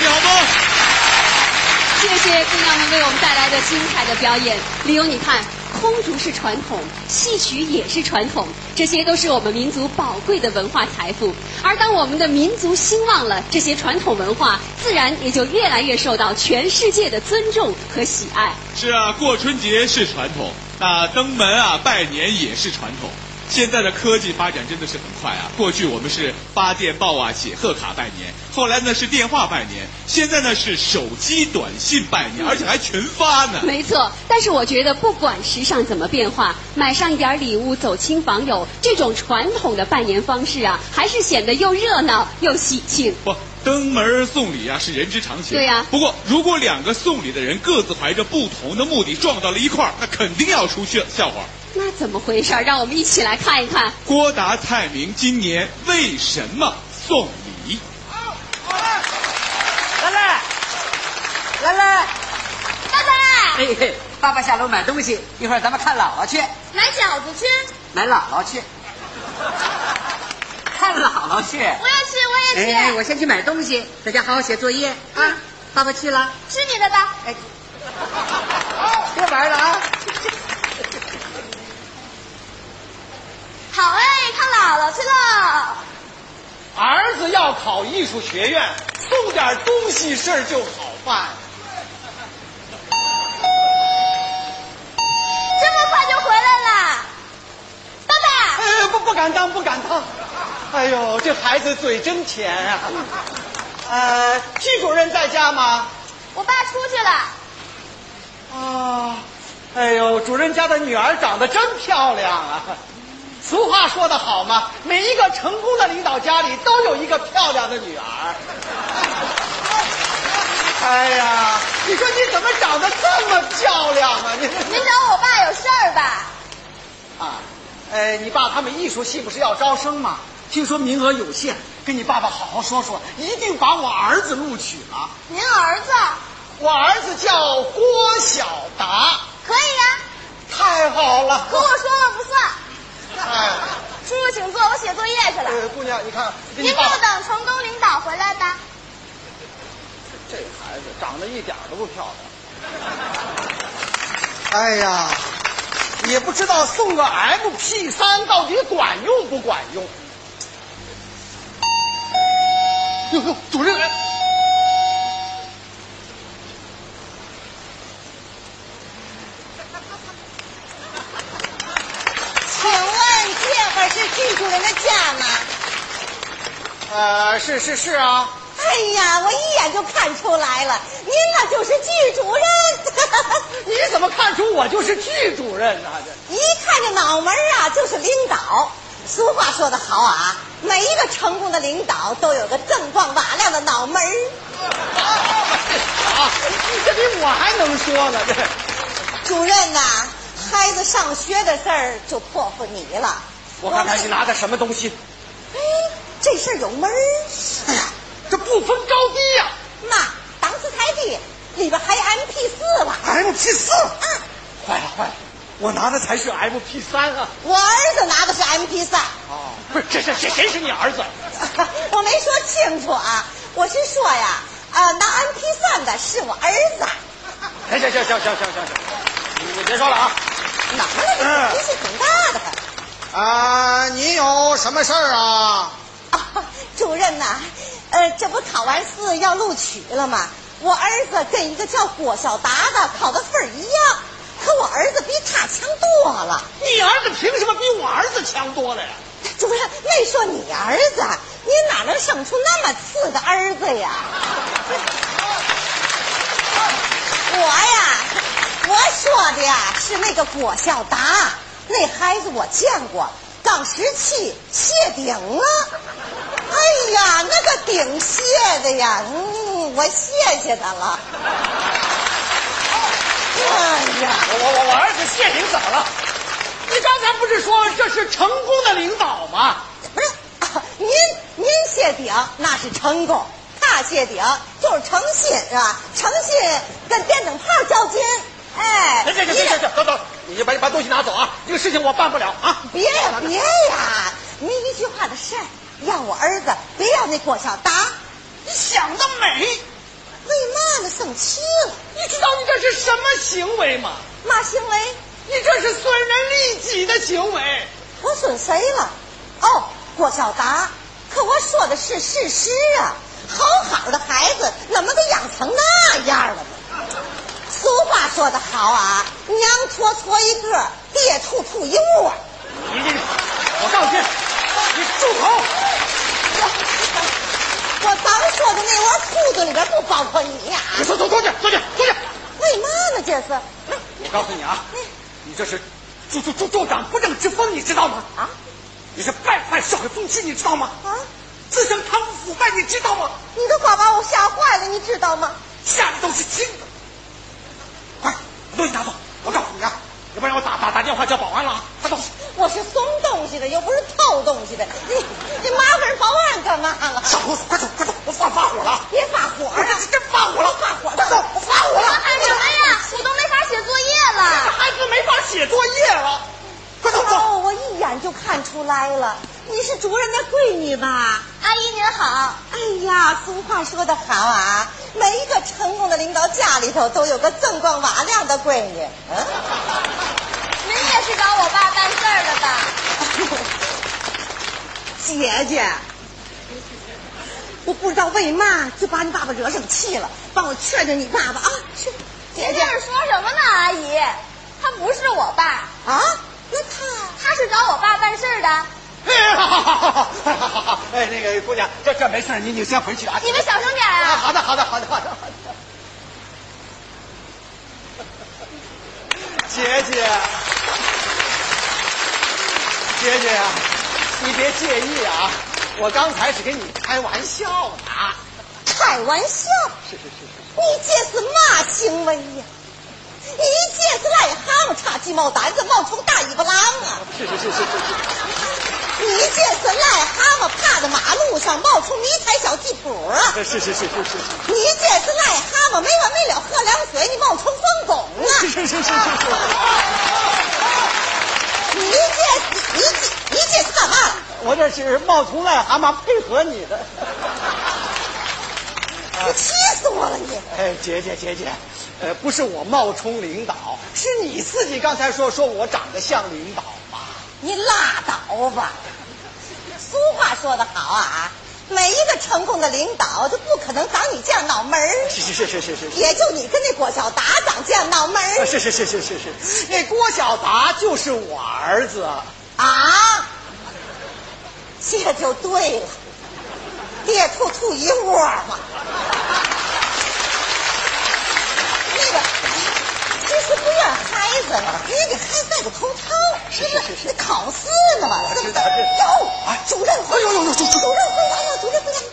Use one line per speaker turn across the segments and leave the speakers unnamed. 表吗？
谢谢姑娘们为我们带来的精彩的表演。李勇，你看，空竹是传统，戏曲也是传统，这些都是我们民族宝贵的文化财富。而当我们的民族兴旺了，这些传统文化自然也就越来越受到全世界的尊重和喜爱。
是啊，过春节是传统，啊，登门啊拜年也是传统。现在的科技发展真的是很快啊！过去我们是发电报啊、写贺卡拜年，后来呢是电话拜年，现在呢是手机短信拜年，而且还群发呢。
没错，但是我觉得不管时尚怎么变化，买上一点礼物走亲访友，这种传统的拜年方式啊，还是显得又热闹又喜庆。
不，登门送礼啊是人之常情。
对呀
不过如果两个送礼的人各自怀着不同的目的撞到了一块儿，那肯定要出去笑话。
那怎么回事儿？让我们一起来看一看。
郭达、蔡明今年为什么送礼？
兰兰，兰兰，
爸爸，
哎，嘿爸爸下楼买东西，一会儿咱们看姥姥去，
买饺子去，
买姥姥去， 看姥姥去。
我要去，我也去，
哎，我先去买东西，在家好好写作业啊
嗯。
爸爸去了，哎
吃你的吧。
别玩了啊！
好哎，看姥姥去喽。
儿子要考艺术学院，送点东西事儿就好办。
这么快就回来了，爸爸，
哎，不不敢当，不敢当。哎呦，这孩子嘴真甜啊！呃，批主任在家吗？
我爸出去了。
啊，哎呦，主任家的女儿长得真漂亮啊！俗话说得好嘛，每一个成功的领导家里都有一个漂亮的女儿。哎呀，你说你怎么长得这么漂亮啊？你
您找我爸有事儿吧？
啊，呃，你爸他们艺术系不是要招生吗？听说名额有限，跟你爸爸好好说说，一定把我儿子录取了。
您儿子
我儿子叫郭晓达，
可以呀、
太好了！
可我说了不算。
哎，
叔叔，请坐，我写作业去了。
呃，姑娘，你看，跟
您
爸爸
就等成功领导回来吧。
这孩子长得一点儿都不漂亮。 哎呀，也不知道送个 MP 三到底管用不管用。哟哟，主任来。
请问这会儿是季主任的家吗？
呃，是是是啊。
哎呀，我一眼就看出来了，您那就是季主任，
你怎么看出我就是剧主任呢、这
一看这脑门儿啊就是领导。俗话说得好啊，每一个成功的领导都有个锃光瓦亮的脑门儿。
啊，这比我还能说呢，这
主任呐、孩子上学的事儿就破乎你了。
我看看
们
你拿的什么东西，
哎，这事儿有门儿。
这不分高低呀、
妈，档次太低，里边还 MP 四了。
MP 四，
啊，
嗯坏了坏了，我拿的才是 MP 三啊！
我儿子拿的是 MP 三。
哦，不是，这是谁谁是你儿子？
我没说清楚啊，我是说呀，呃，拿 MP 三的是我儿 子。
行行行行行行行，你你别说了啊！
哪来的脾气挺大的？
啊，你有什么事儿啊？
啊，主任呐、呃，这不考完试要录取了吗？我儿子跟一个叫郭晓达的考的分儿一样，可我儿子比他强多了。
你儿子凭什么比我儿子强多了呀？
主任，没说你儿子，你哪能生出那么次的儿子呀？我呀，我说的呀是那个郭晓达，那孩子我见过，刚十七谢顶了。哎呀，那个顶谢的呀，嗯，我谢谢他了。哎呀，
我我我我儿子谢领怎么了？你刚才不是说这是成功的领导吗？
不是，啊您您谢顶那是成功，他谢顶就是诚信是吧？诚信跟电灯泡较劲，哎，
行行行行行，等等，你就把把东西拿走啊！这个事情我办不了啊！
别呀别呀，您一句话的事儿，要我儿子别要那郭晓达，
你想得美！
丧妻了。
你知道你这是什么行为吗？
嘛行为？
你这是损人利己的行为。
我损谁了？哦，郭晓达，可我说的是事实啊！好好的孩子怎么都养成那样了呢？俗话说得好啊，娘搓搓一个，爹吐吐一窝。
你你，我告诉你，你住口！
我刚说的那窝兔子里边不包括你呀、
你哎坐坐坐去，坐去，坐去。
为嘛呢？这是
我告诉你啊，你这是助助助助长不正之风，你知道吗？
啊
你是败坏社会风气，你知道吗？
啊！
滋生贪污腐败，你知道吗？
你都快把我吓坏了，你知道吗？
下里都是轻的。快，把东西拿走！我告诉你啊，要不然我打打打电话叫保安了啊！快走！
我是送东西的，又不是偷东西的。你你麻烦保安干嘛了？
少啰嗦，快走，快走！我发发火了！
别发火
我这
了！
是真发火了！
发火了
快走！我发火了！
哎呀哎呀，我都没法写作业
这
了。
孩子没法写作业了！快走走！
哦，我一眼就看出来了，你是主任的闺女吧？
阿姨您好，
哎呀，俗话说得好啊，每一个成功的领导家里头都有个锃光瓦亮的闺女。嗯，
您也是找我爸办事儿的吧？
姐姐，我不知道为嘛就把你爸爸惹生气了，帮我劝劝你爸爸啊！去，姐
您
姐
这是说什么呢，阿姨？他不是我爸，
啊，那他
他是找我爸办事儿的。
哎，好好好好好好好！哎，那个姑娘，这这没事儿，你你先回去啊。
你们小声点
啊，
啊！
好的，好的，好的，好的，好的。姐姐，姐姐啊，你别介意啊，我刚才是跟你开玩笑的啊。
开玩笑，
是是是
你这是嘛行为呀？你这是癞蛤蟆插鸡毛掸子，冒充大尾巴狼啊！
是是是是是是
你这是癞蛤蟆趴在马路上冒充迷彩小吉普啊！
是是是是是是。
你这是癞蛤蟆没完没了喝凉水，你冒充疯狗啊！
是是是是是
你这是你这你这是干嘛？
我这是冒充癞蛤蟆配合你的。
你气死我了你！
哎，姐姐姐姐，呃，不是我冒充领导，是你自己刚才说说我长得像领导嘛。
你拉倒吧！俗话说得好啊，每一个成功的领导就不可能长你这样脑门儿，
是是是是是是是。
也就你跟那郭晓达长这样脑门
啊
儿
是是是是是是，那郭晓达就是我儿子。
啊！这就对了，爹兔兔一窝嘛。那个，这是不怨孩子了，人家给孩子戴个头套，
是是啊是是
那考试呢嘛，
我
是不
知
是？
道这
哟
哎，
主任回
哎
来，
呦呦呦主主
任回来了，主任回来了，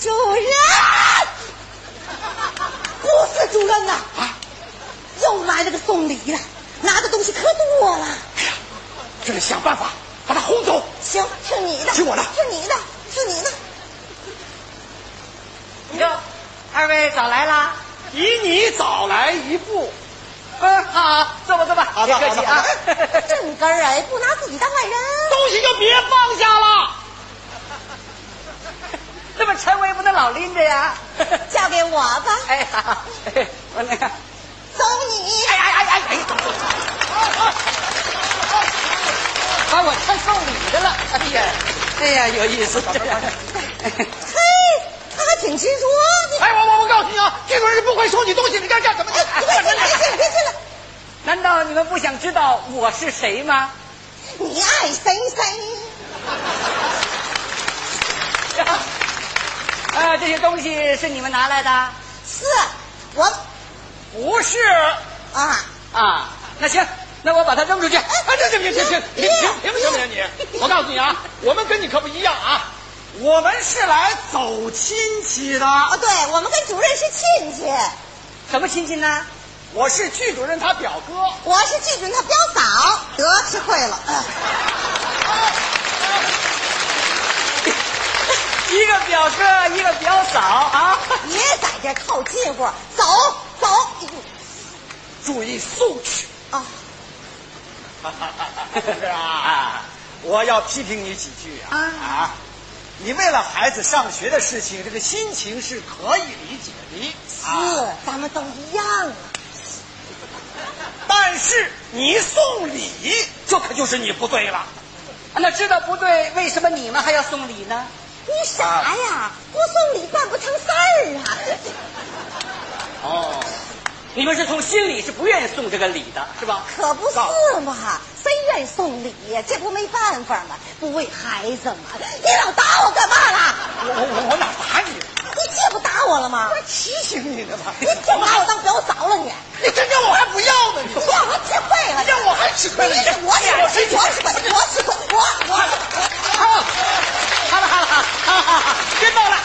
主任，不是主任呐、
啊
又来了个送礼的，拿的东西可多了。
这得想办法把他轰走。
行，是你的，
听我的
是你的，是你的。
哟，二位早来啦！
比你早来一步。
嗯，好，坐吧坐吧，
好的
别客气啊
好。
正根儿哎，不拿自己当外人。
东西就别放下了。
这么沉我也不能老拎着呀。
交给我吧，
哎，好，哎 我那个，
走你。
哎哎哎哎哎，把我看送礼的了。哎呀，哎呀，有意思。
嘿，他还挺执着。 你
哎，我我我告诉你啊，这种人不会收你东西，你该干什么？
哎，你别进来，别进来，别进来。
难道你们不想知道我是谁吗？
你爱谁谁。
啊，这些东西是你们拿来的？
是，我
不是
啊，
啊，那行，那我把它扔出去。
哎，这这别别别别别别别你！我告诉你啊，我们跟你可不一样啊，我们是来走亲戚的。
哦，对，我们跟主任是亲戚，
什么亲戚呢？
我是剧主任他表哥。
我是剧主任他表嫂，得吃亏了。哎
一个表哥，一个表嫂啊。
别在这套近乎，走走。哎呦
注意送 去。
啊，
是啊，我要批评你几句啊
啊
啊！你为了孩子上学的事情，这个心情是可以理解的。
啊
啊
是，嗯咱们都一样啊。
但是你送礼，这可就是你不对了。
那知道不对，为什么你们还要送礼呢？
你傻
啊
呀，不送礼办不成事儿啊。
哦，你们是从心里是不愿意送这个礼的，是吧？
可不是嘛，谁愿意送礼呀？这不没办法嘛，不为孩子嘛。你老打我干嘛啦？
我我我我哪打你了？
你这不打我了吗
我？提醒你了吧？
你就把我当表嫂了你？
你真让我还不要呢？
你
你
让我吃亏了，
让我还吃亏了？
你是我吃亏，我吃亏，我吃亏，我我
好，好了好了好了好了，别闹了。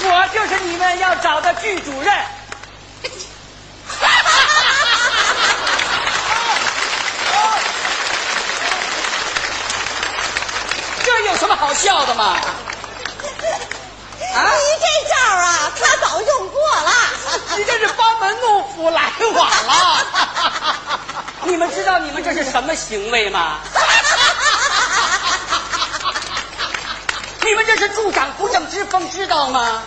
我就是你们要找的剧主任。这有什么好笑的嘛？
你这招啊，他早用过 了。
你这是班门弄斧，来晚了。
你们知道你们这是什么行为吗？你们这是助长不正之风，知道吗？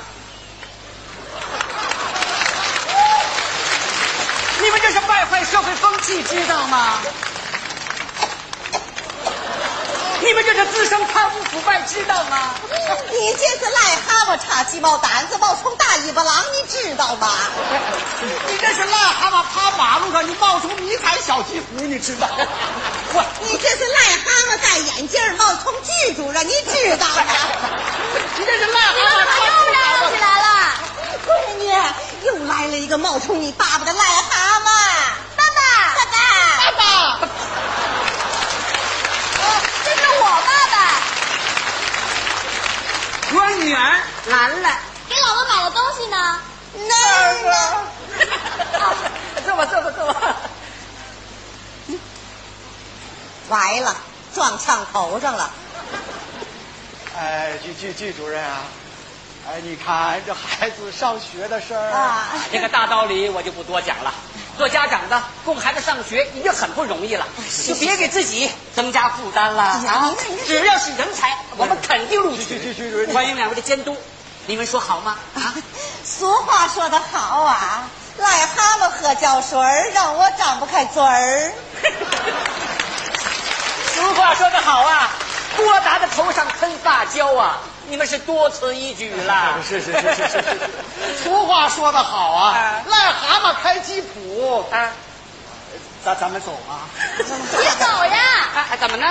你们这是败坏社会风气，知道吗？你们这是滋生贪污腐败，知道吗？
你这是癞蛤蟆插鸡毛掸子冒充大尾巴狼，你知道吗？
你这是癞蛤蟆趴马路上，你冒充迷彩小鸡糊，你知道吗？我
你这是癞蛤蟆戴眼镜冒充剧主任，你知道 吗？
你这是癞蛤蟆
又
趴
闹
马
起
路
来了，闺女，又来了一个冒充你爸爸的癞蛤蟆。爸爸，爸爸，哦
上，爸爸，
这是我爸爸，
我女儿兰兰，
给老妈买了东西呢。
那儿啊呢？
坐吧坐吧坐吧。
完了，撞炝头上了。
哎，剧剧剧主任啊，哎，你看这孩子上学的事儿
啊，
这个大道理我就不多讲了。做家长的供孩子上学已经很不容易了，就别给自己增加负担了
哎呀
啊
你看你！看
只要是人才，我们肯定录
去去去
取
去。去
欢迎两位的监督，你们说好吗？啊，
俗话说得好啊，癞蛤蟆喝胶水儿，让我张不开嘴儿。
俗话说得好啊，多达的头上喷发胶啊！你们是多此一举了。
是是是是是。俗话说得好啊
啊，
癞蛤蟆开鸡脯。
啊
咱咱们走 吧。
别走呀！
啊，怎么呢？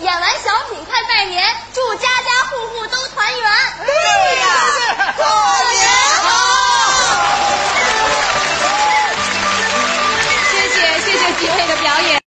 演完小品快拜年，祝家家户户都团圆。
哎
对呀、过年好。
谢谢谢谢几位的表演。